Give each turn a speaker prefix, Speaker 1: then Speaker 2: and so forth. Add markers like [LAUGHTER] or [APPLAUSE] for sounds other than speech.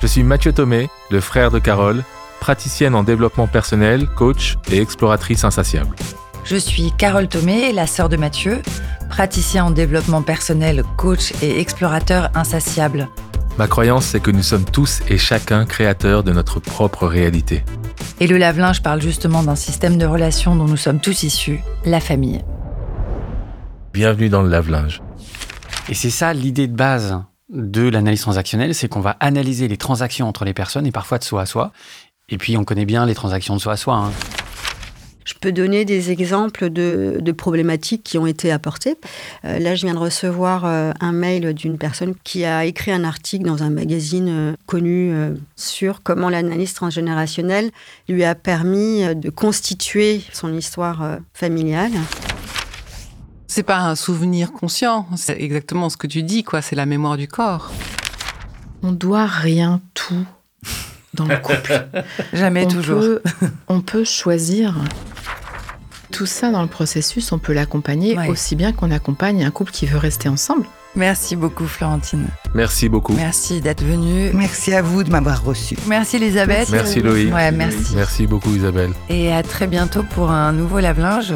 Speaker 1: Je suis Mathieu Thomé, le frère de Carole, praticienne en développement personnel, coach et exploratrice insatiable.
Speaker 2: Je suis Carole Thomé, la sœur de Mathieu, praticien en développement personnel, coach et explorateur insatiable.
Speaker 1: Ma croyance, c'est que nous sommes tous et chacun créateurs de notre propre réalité.
Speaker 2: Et le lave-linge parle justement d'un système de relations dont nous sommes tous issus, la famille.
Speaker 1: Bienvenue dans le lave-linge.
Speaker 3: Et c'est ça l'idée de base de l'analyse transactionnelle, c'est qu'on va analyser les transactions entre les personnes et parfois de soi à soi. Et puis on connaît bien les transactions de soi à soi. hein.
Speaker 4: Je peux donner des exemples de, de problématiques qui ont été apportées. Euh, là, je viens de recevoir euh, un mail d'une personne qui a écrit un article dans un magazine euh, connu euh, sur comment l'analyse transgénérationnelle lui a permis euh, de constituer son histoire euh, familiale.
Speaker 5: C'est pas un souvenir conscient, c'est exactement ce que tu dis, quoi. C'est la mémoire du corps.
Speaker 6: On doit rien tout dans le couple.
Speaker 2: [LAUGHS] Jamais,
Speaker 6: on
Speaker 2: toujours.
Speaker 6: Peut, on peut choisir. Tout ça dans le processus, on peut l'accompagner
Speaker 2: Ouais.
Speaker 6: aussi bien qu'on accompagne un couple qui veut rester ensemble.
Speaker 2: Merci beaucoup, Florentine.
Speaker 1: Merci beaucoup.
Speaker 2: Merci d'être venue.
Speaker 7: Merci à vous de m'avoir reçu.
Speaker 2: Merci, Elisabeth.
Speaker 1: Merci Loïc.
Speaker 2: Ouais, merci.
Speaker 1: Merci beaucoup Isabelle.
Speaker 2: Et à très bientôt pour un nouveau lave-linge.